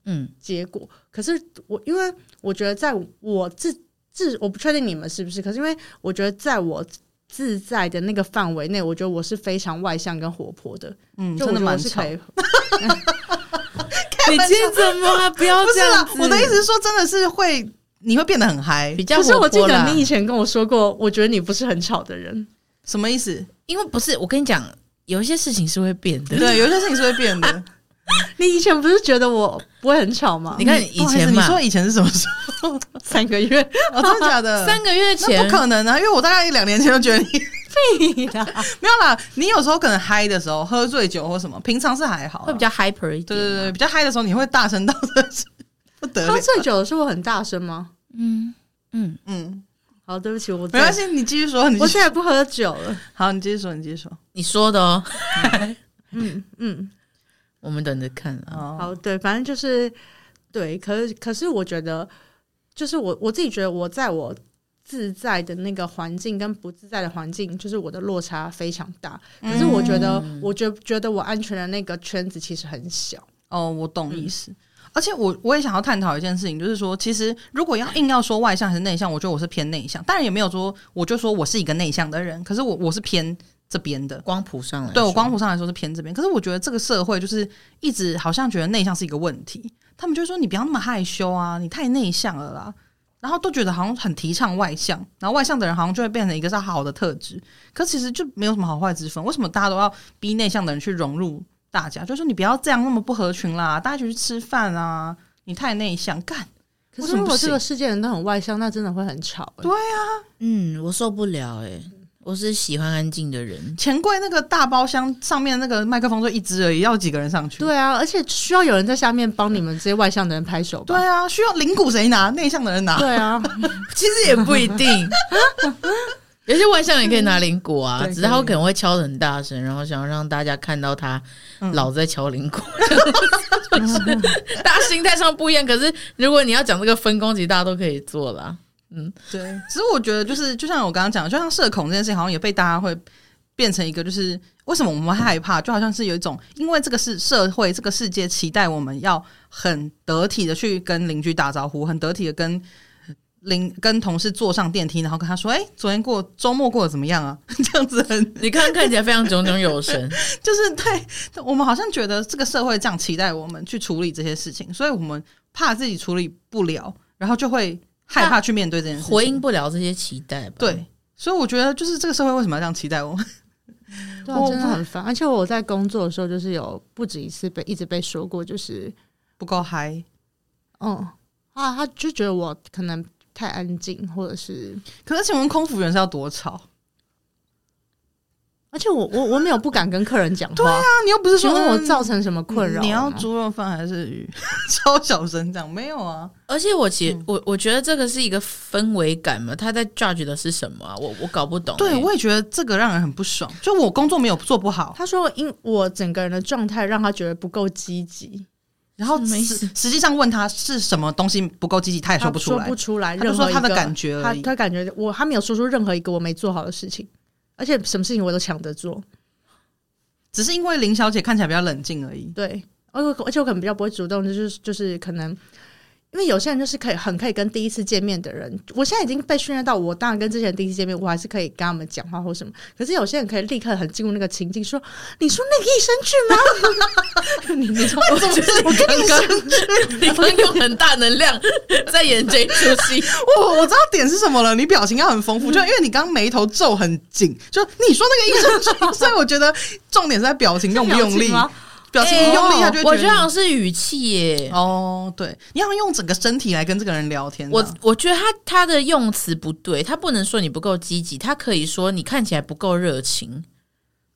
Speaker 2: 嗯，
Speaker 3: 结果。可是我因为我觉得在我自自我不确定你们是不是，可是因为我觉得在我自在的那个范围内，我觉得我是非常外向跟活泼的，
Speaker 1: 嗯，
Speaker 3: 就
Speaker 1: 真的
Speaker 3: 我觉得我
Speaker 1: 蛮
Speaker 3: 是
Speaker 1: 吵
Speaker 3: 可。以
Speaker 2: 你今天怎么了？不要
Speaker 1: 不
Speaker 2: 这
Speaker 1: 是
Speaker 2: 样
Speaker 1: 啦
Speaker 2: 子。，
Speaker 1: 我的意思是说，真的是会，你会变得很嗨
Speaker 2: 比。较
Speaker 3: 可是我
Speaker 2: 活
Speaker 3: 记
Speaker 2: 泼啦
Speaker 3: 得你以前跟我说过，我觉得你不是很吵的人。
Speaker 1: 什么意思？
Speaker 2: 因为不是我跟你讲，有一些事情是会变的。
Speaker 1: 对，有些事情是会变的。
Speaker 3: 你以前不是觉得我不会很吵吗
Speaker 2: 你？看以
Speaker 1: 不好意思
Speaker 2: 前
Speaker 1: 你
Speaker 2: 嘛，
Speaker 1: 说以前是什么时
Speaker 3: 三个月，
Speaker 1: 候？哦，真的假 的？
Speaker 2: 三个月
Speaker 1: 那
Speaker 2: 前
Speaker 1: 不可能啊，因为我大概一两年前就觉得你没有啦，你有时候可能嗨的时候，喝醉酒或什么，平常是还好啊，
Speaker 2: 会 比较 hyper 一
Speaker 1: 对
Speaker 2: 点。
Speaker 1: 对对，，比较嗨的时候，你会大声到真的是不得
Speaker 3: 喝
Speaker 1: 了。
Speaker 3: 醉酒的时候我很大声吗？
Speaker 2: 嗯嗯，
Speaker 1: 嗯，
Speaker 3: 好，对不起，我
Speaker 1: 没关，系，你继续说，你
Speaker 3: 我
Speaker 1: 继续
Speaker 3: 现在不喝酒了。
Speaker 1: 好，你继续说，你继续说。
Speaker 2: 你说的哦。
Speaker 3: 嗯嗯，
Speaker 2: 我们等着看啊。
Speaker 1: 哦，
Speaker 3: 好，对，反正就是对，可是可是我觉得，就是我我自己觉得，我在我自在的那个环境跟不自在的环境，就是我的落差非常大。可是我觉得，
Speaker 2: 嗯
Speaker 3: 我觉觉得我安全的那个圈子其实很小。
Speaker 1: 哦，我懂意
Speaker 3: 嗯
Speaker 1: 思。而且我我也想要探讨一件事情，就是说，其实如果要硬要说外向还是内向，我觉得我是偏内向，当然也没有说我就说我是一个内向的人，可是我我是偏这边的。
Speaker 2: 光谱上来说，
Speaker 1: 对我光谱上来说是偏这边，可是我觉得这个社会就是一直好像觉得内向是一个问题，他们就说你不要那么害羞啊，你太内向了啦，然后都觉得好像很提倡外向，然后外向的人好像就会变成一个是好的特质，可其实就没有什么好坏之分，为什么大家都要逼内向的人去融入大家？就说你不要这样那么不合群啦，大家一起去吃饭啊，你太内向，干
Speaker 3: 可
Speaker 1: 为
Speaker 3: 是
Speaker 1: 什么
Speaker 3: 如
Speaker 1: 不
Speaker 3: 果这个
Speaker 1: 行
Speaker 3: 世界人都很外向，那真的会很吵、欸。
Speaker 1: 对
Speaker 2: 嗯，我受不了哎、我是喜欢安静的人，
Speaker 1: 钱柜那个大包厢上面那个麦克风就一支而已，要几个人上去？
Speaker 3: 对啊，而且需要有人在下面帮你们这些外向的人拍手
Speaker 1: 对
Speaker 3: 吧。
Speaker 1: 啊，需要灵骨谁拿？内向的人拿。
Speaker 3: 对 啊，
Speaker 2: 其实也不一 定。有些外向也可以拿铃鼓啊，
Speaker 1: 对
Speaker 2: 只是他
Speaker 1: 可以
Speaker 2: 可能会敲得很大声，然后想要让大家看到他老在敲铃 鼓。就是大家心态上不一样，可是如果你要讲这个分工，其实大家都可以做啦。
Speaker 1: 对，只是我觉得就是，就像我刚刚讲，就像社恐这件事情，好像也被大家会变成一个，就是为什么我们会害怕，就好像是有一种，因为这个是社会，这个世界期待我们要很得体的去跟邻居打招呼，很得体的跟。邻跟同事坐上电梯，然后跟他说：“哎、昨天过周末过得怎么样啊？”这样子很
Speaker 2: 你看看起来非常炯炯有神，
Speaker 1: 就是对我们好像觉得这个社会这样期待我们去处理这些事情，所以我们怕自己处理不了，然后就会害怕去面对这件事情。
Speaker 2: 回应不了这些期待吧？
Speaker 1: 对，所以我觉得就是这个社会为什么要这样期待我 们？
Speaker 3: 对啊，
Speaker 1: 我
Speaker 3: 真的很烦。而且我在工作的时候，就是有不止一次被一直被说过，就是
Speaker 1: 不够嗨。
Speaker 3: 嗯，啊，他就觉得我可能太安静，或者是，
Speaker 1: 可是请问空服员是要多吵？
Speaker 3: 而且我我我没有不敢跟客人讲话，
Speaker 1: 对啊，你又不是说
Speaker 3: 请问我
Speaker 1: 嗯
Speaker 3: 造成什么困扰吗？啊
Speaker 1: 你要猪肉饭还是鱼？ 超小声这样没有啊？
Speaker 2: 而且我其实、我我觉得这个是一个氛围感嘛，他在 judge 的是什么啊？我我搞不懂欸、
Speaker 1: 对，我也觉得这个让人很不爽。就我工作没有做不好，
Speaker 3: 他说因我整个人的状态让他觉得不够积极，
Speaker 1: 然后
Speaker 2: 什么意思
Speaker 1: 实实际上问他是什么东西不够积极，他也
Speaker 3: 他
Speaker 1: 说不出来
Speaker 3: 不。出来
Speaker 1: 他就
Speaker 3: 任何
Speaker 1: 说
Speaker 3: 一
Speaker 1: 他
Speaker 3: 个
Speaker 1: 的感觉
Speaker 3: 他
Speaker 1: 而已
Speaker 3: 他感觉我他没有说出任何一个我没做好的事情，而且什么事情我都抢着做，
Speaker 1: 只是因为林小姐看起来比较冷静 而已。
Speaker 3: 对，而且我而且我可能比较不会主动，就是就是可能。因为有些人就是可以很可以跟第一次见面的人，我现在已经被训练到，我当然跟之前第一次见面，我还是可以跟他们讲话或什么。可是有些人可以立刻很进入那个情境，说：“你说那个益生菌吗？”你你说
Speaker 2: 我觉得我刚刚你刚刚用很大能量在演这一出戏，
Speaker 1: 我我知道点是什么了，你表情要很 丰富，就因为你刚眉头皱很紧，就你说那个医生皱， 所以我觉得重点是在表情用不用力
Speaker 3: 表情，吗
Speaker 1: 表情一用力他就
Speaker 2: 哎我
Speaker 1: 会
Speaker 2: 觉
Speaker 1: 觉
Speaker 2: 得好
Speaker 1: 得
Speaker 2: 像是语气耶
Speaker 1: 你。哦，对，你要用整个身体来跟这个人聊天啊，
Speaker 2: 我我觉得他他的用词不对，他不能说你不够积极，他可以说你看起来不够热情。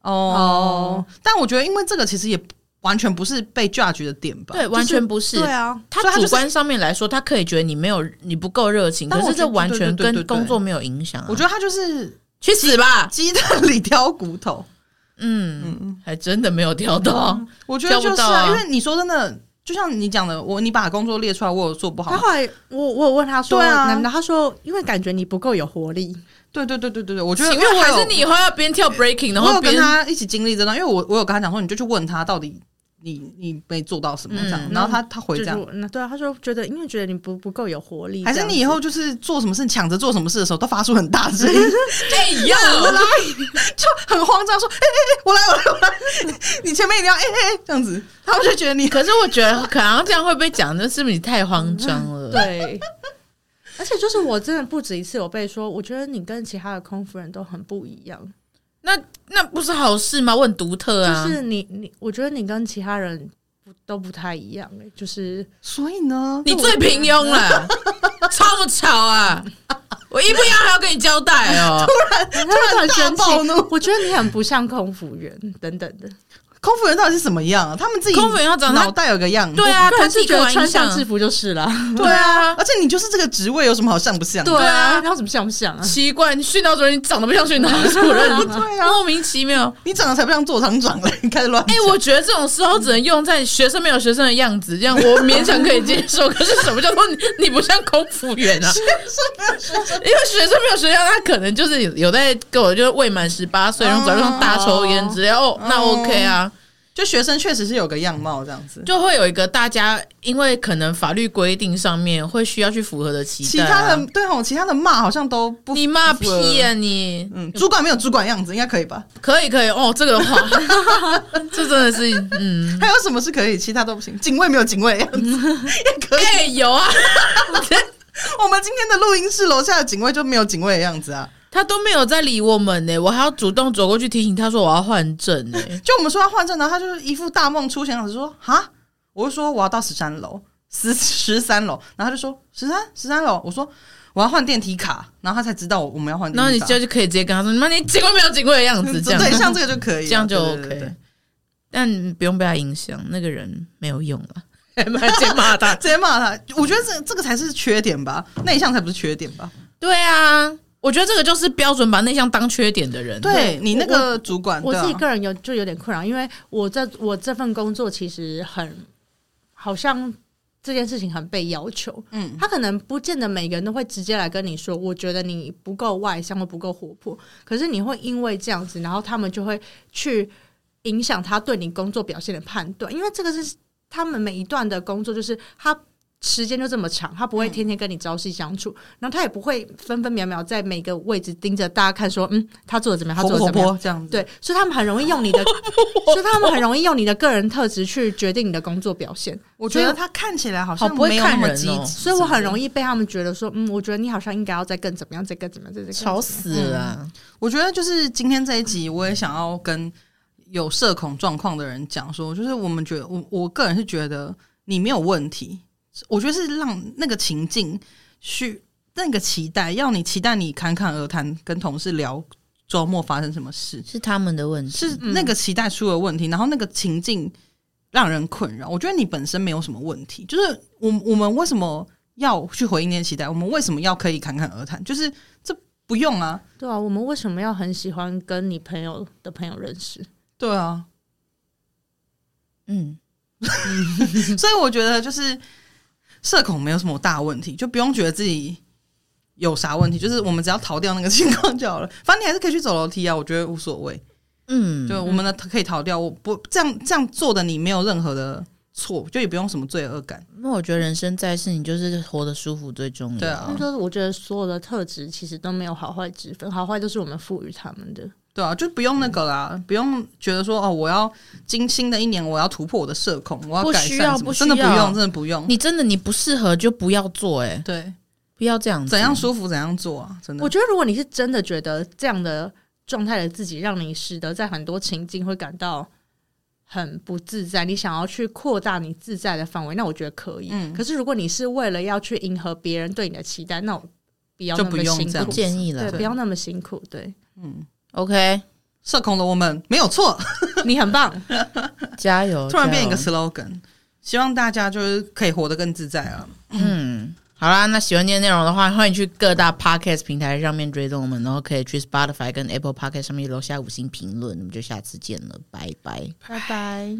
Speaker 1: 哦，但我觉得因为这个其实也完全不是被 judge 的点吧，
Speaker 2: 对，完全不是。
Speaker 1: 哦对啊，
Speaker 2: 他
Speaker 1: 所以
Speaker 2: 主
Speaker 1: 就是
Speaker 2: 观上面来说，他可以觉得你没有你不够热情，
Speaker 1: 但
Speaker 2: 可
Speaker 1: 我
Speaker 2: 是这
Speaker 1: 觉得
Speaker 2: 完全
Speaker 1: 对对对
Speaker 2: 跟
Speaker 1: 对对
Speaker 2: 工作没有影响啊、
Speaker 1: 我觉得他就是
Speaker 2: 去死吧！
Speaker 1: 鸡蛋里挑骨头，
Speaker 2: 嗯，还真的没有挑到。
Speaker 1: 我觉得就
Speaker 2: 挑不
Speaker 1: 是
Speaker 2: 到
Speaker 1: 啊，
Speaker 2: 啊
Speaker 1: 因为你说真的，就像你讲的，我你把工作列出来，我有做不好
Speaker 3: 他
Speaker 1: 吗，
Speaker 3: 后来我我有问他说，
Speaker 1: 对啊
Speaker 3: 难道他说因为感觉你不够有活力？
Speaker 1: 对对对对对对，嗯我觉得
Speaker 2: 请
Speaker 1: 因为
Speaker 2: 问
Speaker 1: 我
Speaker 2: 还
Speaker 1: 有
Speaker 2: 是你以后要边跳 breaking，然
Speaker 1: 我
Speaker 2: 后
Speaker 1: 有
Speaker 2: 边
Speaker 1: 跟他一起经历这段，因为我我有跟他讲说，你就去问他到底你你没做到什么这样，
Speaker 2: 嗯
Speaker 1: 然后他他回这
Speaker 3: 就是
Speaker 1: 样，
Speaker 3: 我那对啊，他说觉得因为觉得你不不够有活力，
Speaker 1: 还是你以后就是做什么事抢着做什么事的时候，都发出很大声音，
Speaker 2: 哎呀，
Speaker 1: 就很慌张说，哎哎哎，我来我来我来，你前面一定要哎哎哎这样子，他们就觉得你
Speaker 2: 可是我觉得可能这样会被讲，那是不是你太慌张了？
Speaker 1: 嗯
Speaker 3: 这样子对。而且就是我真的不止一次有被说，我觉得你跟其他的空服人都很不一样，
Speaker 2: 那那不是好事吗？我很独特啊，
Speaker 3: 就是你你，我觉得你跟其他人不都不太一样、欸，就是
Speaker 1: 所以呢，
Speaker 2: 你最平 庸了，超吵啊！我一不要还要跟你交 代哦，
Speaker 3: 突然
Speaker 1: 大
Speaker 3: 生气
Speaker 1: 暴怒，
Speaker 3: 我觉得你很不像空服员等等的，
Speaker 1: 空服员到底是什么样啊？他们自己
Speaker 4: 空服员要长大
Speaker 1: 脑袋有个样子，
Speaker 4: 对啊，
Speaker 3: 个
Speaker 4: 跟
Speaker 3: 人
Speaker 4: 自
Speaker 3: 是
Speaker 4: 己
Speaker 3: 觉
Speaker 4: 刻
Speaker 3: 得
Speaker 4: 板印
Speaker 3: 穿
Speaker 4: 象
Speaker 3: 上制服就是了。
Speaker 4: 对啊，
Speaker 1: 而且你就是这个职位，有什么好像不像的？
Speaker 3: 对 啊，然后怎么像不 像啊？
Speaker 4: 奇怪，你训导主任你长得不像训导主任，
Speaker 1: 对啊
Speaker 4: 莫名其妙。
Speaker 1: 你长得才不像座堂长嘞，你开始乱
Speaker 4: 哎、
Speaker 1: 讲。
Speaker 4: 我觉得这种时候只能用在学生没有学生的样子，这 样我勉强可以接受。可是什么叫做你你不像空服员啊？
Speaker 1: 啊
Speaker 4: 因为学生没有学校，他可能就是有在跟我就是未满十八岁，然后早上大抽烟之类。哦，那 OK 啊，
Speaker 1: 就学生确实是有个样貌这样子，
Speaker 4: 就会有一个大家因为可能法律规定上面会需要去符合的期
Speaker 1: 其
Speaker 4: 待、
Speaker 1: 他
Speaker 4: 啊。
Speaker 1: 的对哦，其他的骂好像都不
Speaker 4: 你骂
Speaker 1: 不
Speaker 4: 屁
Speaker 1: 符合
Speaker 4: 呀、你！
Speaker 1: 嗯，主管没有主管样子，应该可以吧？
Speaker 4: 可以可以哦，这个的话， 这真的是嗯，
Speaker 1: 还有什么是可以，其他都不行？警卫没有警卫样子也可以。
Speaker 4: 哎、有啊，
Speaker 1: 我们今天的录音室楼下的警卫就没有警卫的样子啊。
Speaker 4: 他都没有在理我们呢、我还要主动走过去提醒他说我要换证呢、
Speaker 1: 就我们说要换证呢，他就是一副大梦初醒样子说哈，我就说我要到十三楼，十十三楼，然后他就说十三十三楼，我说我要换电梯卡，然后他才知道我我们要换电梯卡。
Speaker 4: 然后你就就可以直接跟他说：“你妈，你警卫没有警卫的样子，这样
Speaker 1: 嗯对，像这个就可以了，
Speaker 4: 这样就
Speaker 1: 对
Speaker 4: OK。
Speaker 1: 对 对对
Speaker 4: 但不用被他影响，那个人没有用了，还直接骂他。
Speaker 1: 直接骂他，我觉得这这个才是缺点吧，内向才不是缺点吧？
Speaker 4: 对啊，我觉得这个就是标准把内向当缺点的人。
Speaker 1: 对你那个主管，
Speaker 3: 我
Speaker 1: 对啊
Speaker 3: 自己个人有就有点困扰，因为我这我这份工作其实很好像这件事情很被要求，
Speaker 1: 嗯，
Speaker 3: 他可能不见得每个人都会直接来跟你说，我觉得你不够外向或不够活泼，可是你会因为这样子，然后他们就会去影响他对你工作表现的判断，因为这个是他们每一段的工作，就是他。时间就这么长，他不会天天跟你朝夕相处，然后他也不会分分秒秒在每个位置盯着大家看，说，嗯，他做的怎么样，他
Speaker 1: 活
Speaker 3: 做
Speaker 1: 不活
Speaker 3: 的怎么样，
Speaker 1: 泼这样子，
Speaker 3: 对，所以他们很容易用你 的，所以他们很容易用你的个人特质去决定你的工作表现。
Speaker 1: 我觉得他看起来好
Speaker 4: 好
Speaker 1: 像
Speaker 4: 不会
Speaker 1: 没有那
Speaker 4: 看
Speaker 1: 么
Speaker 4: 人
Speaker 1: 积
Speaker 4: 哦
Speaker 1: 极，
Speaker 3: 所以我很容易被他们觉得说，嗯，我觉得你好像应该要再更怎么样，再更怎么样，再更怎么
Speaker 4: 吵
Speaker 3: 样。
Speaker 4: 死了啊！
Speaker 1: 我觉得就是今天这一集，我也想要跟有社恐状况的人讲说，就是我们觉得我我个人是觉得你没有问题，我觉得是让那个情境去那个期待，要你期待你侃侃而谈，跟同事聊周末发生什么事，
Speaker 2: 是他们的问题。
Speaker 1: 是那个期待出了问题，然后那个情境让人困扰。我觉得你本身没有什么问题，就是我我们为什么要去回应那些期待？我们为什么要可以侃侃而谈？就是这不用啊，
Speaker 3: 对啊，我们为什么要很喜欢跟你朋友的朋友认识？
Speaker 1: 对啊，
Speaker 2: 嗯，
Speaker 1: 所以我觉得就是社恐没有什么大问题，就不用觉得自己有啥问题，就是我们只要逃掉那个情况就好了。反正你还是可以去走楼梯啊，我觉得无所谓。
Speaker 2: 嗯，
Speaker 1: 就我们的可以逃掉，我不这样这样做的你没有任何的错，就也不用什么罪恶感。
Speaker 2: 那我觉得人生在世，你就是活得舒服最重要。
Speaker 1: 对啊
Speaker 3: 那就是我觉得所有的特质其实都没有好坏之分，好坏都是我们赋予他们的。
Speaker 1: 对啊，就不用那个啦，不用觉得说哦，我要今新的一年我要突破我的社恐，我
Speaker 2: 不
Speaker 1: 改
Speaker 2: 需
Speaker 1: 善
Speaker 2: 要
Speaker 1: 什
Speaker 2: 不
Speaker 1: 么，
Speaker 2: 需
Speaker 1: 真的不
Speaker 2: 要
Speaker 1: 用，真的不用。
Speaker 2: 你真的你不适合就不要做、哎，
Speaker 1: 对，
Speaker 2: 不要这样子。
Speaker 1: 怎样舒服怎样做啊，真的。
Speaker 3: 我觉得如果你是真的觉得这样的状态的自己，让你使得在很多情境会感到很不自在，你想要去扩大你自在的范围，那我觉得可以。
Speaker 1: 嗯
Speaker 3: 可是如果你是为了要去迎合别人对你的期待，那我不要
Speaker 1: 就
Speaker 3: 那
Speaker 1: 不
Speaker 3: 么
Speaker 1: 用
Speaker 3: 辛
Speaker 1: 这样
Speaker 3: 苦
Speaker 2: 不，建议
Speaker 3: 对，
Speaker 2: 了
Speaker 1: 对
Speaker 3: 不要那么辛苦，对
Speaker 2: ，OK，
Speaker 1: 社恐的我们没有错，
Speaker 3: 你很棒。
Speaker 2: 加油！
Speaker 1: 突然变一
Speaker 2: 加
Speaker 1: 个
Speaker 2: 油
Speaker 1: slogan，希望大家就是可以活得更自在啊。
Speaker 2: 嗯，好啦，那喜欢今天内容的话，欢迎去各大 podcast 平台上面追踪我们，然后可以去 Spotify 跟 Apple Podcast 上面留下五星评论。我们就下次见了，拜拜。
Speaker 3: 拜拜。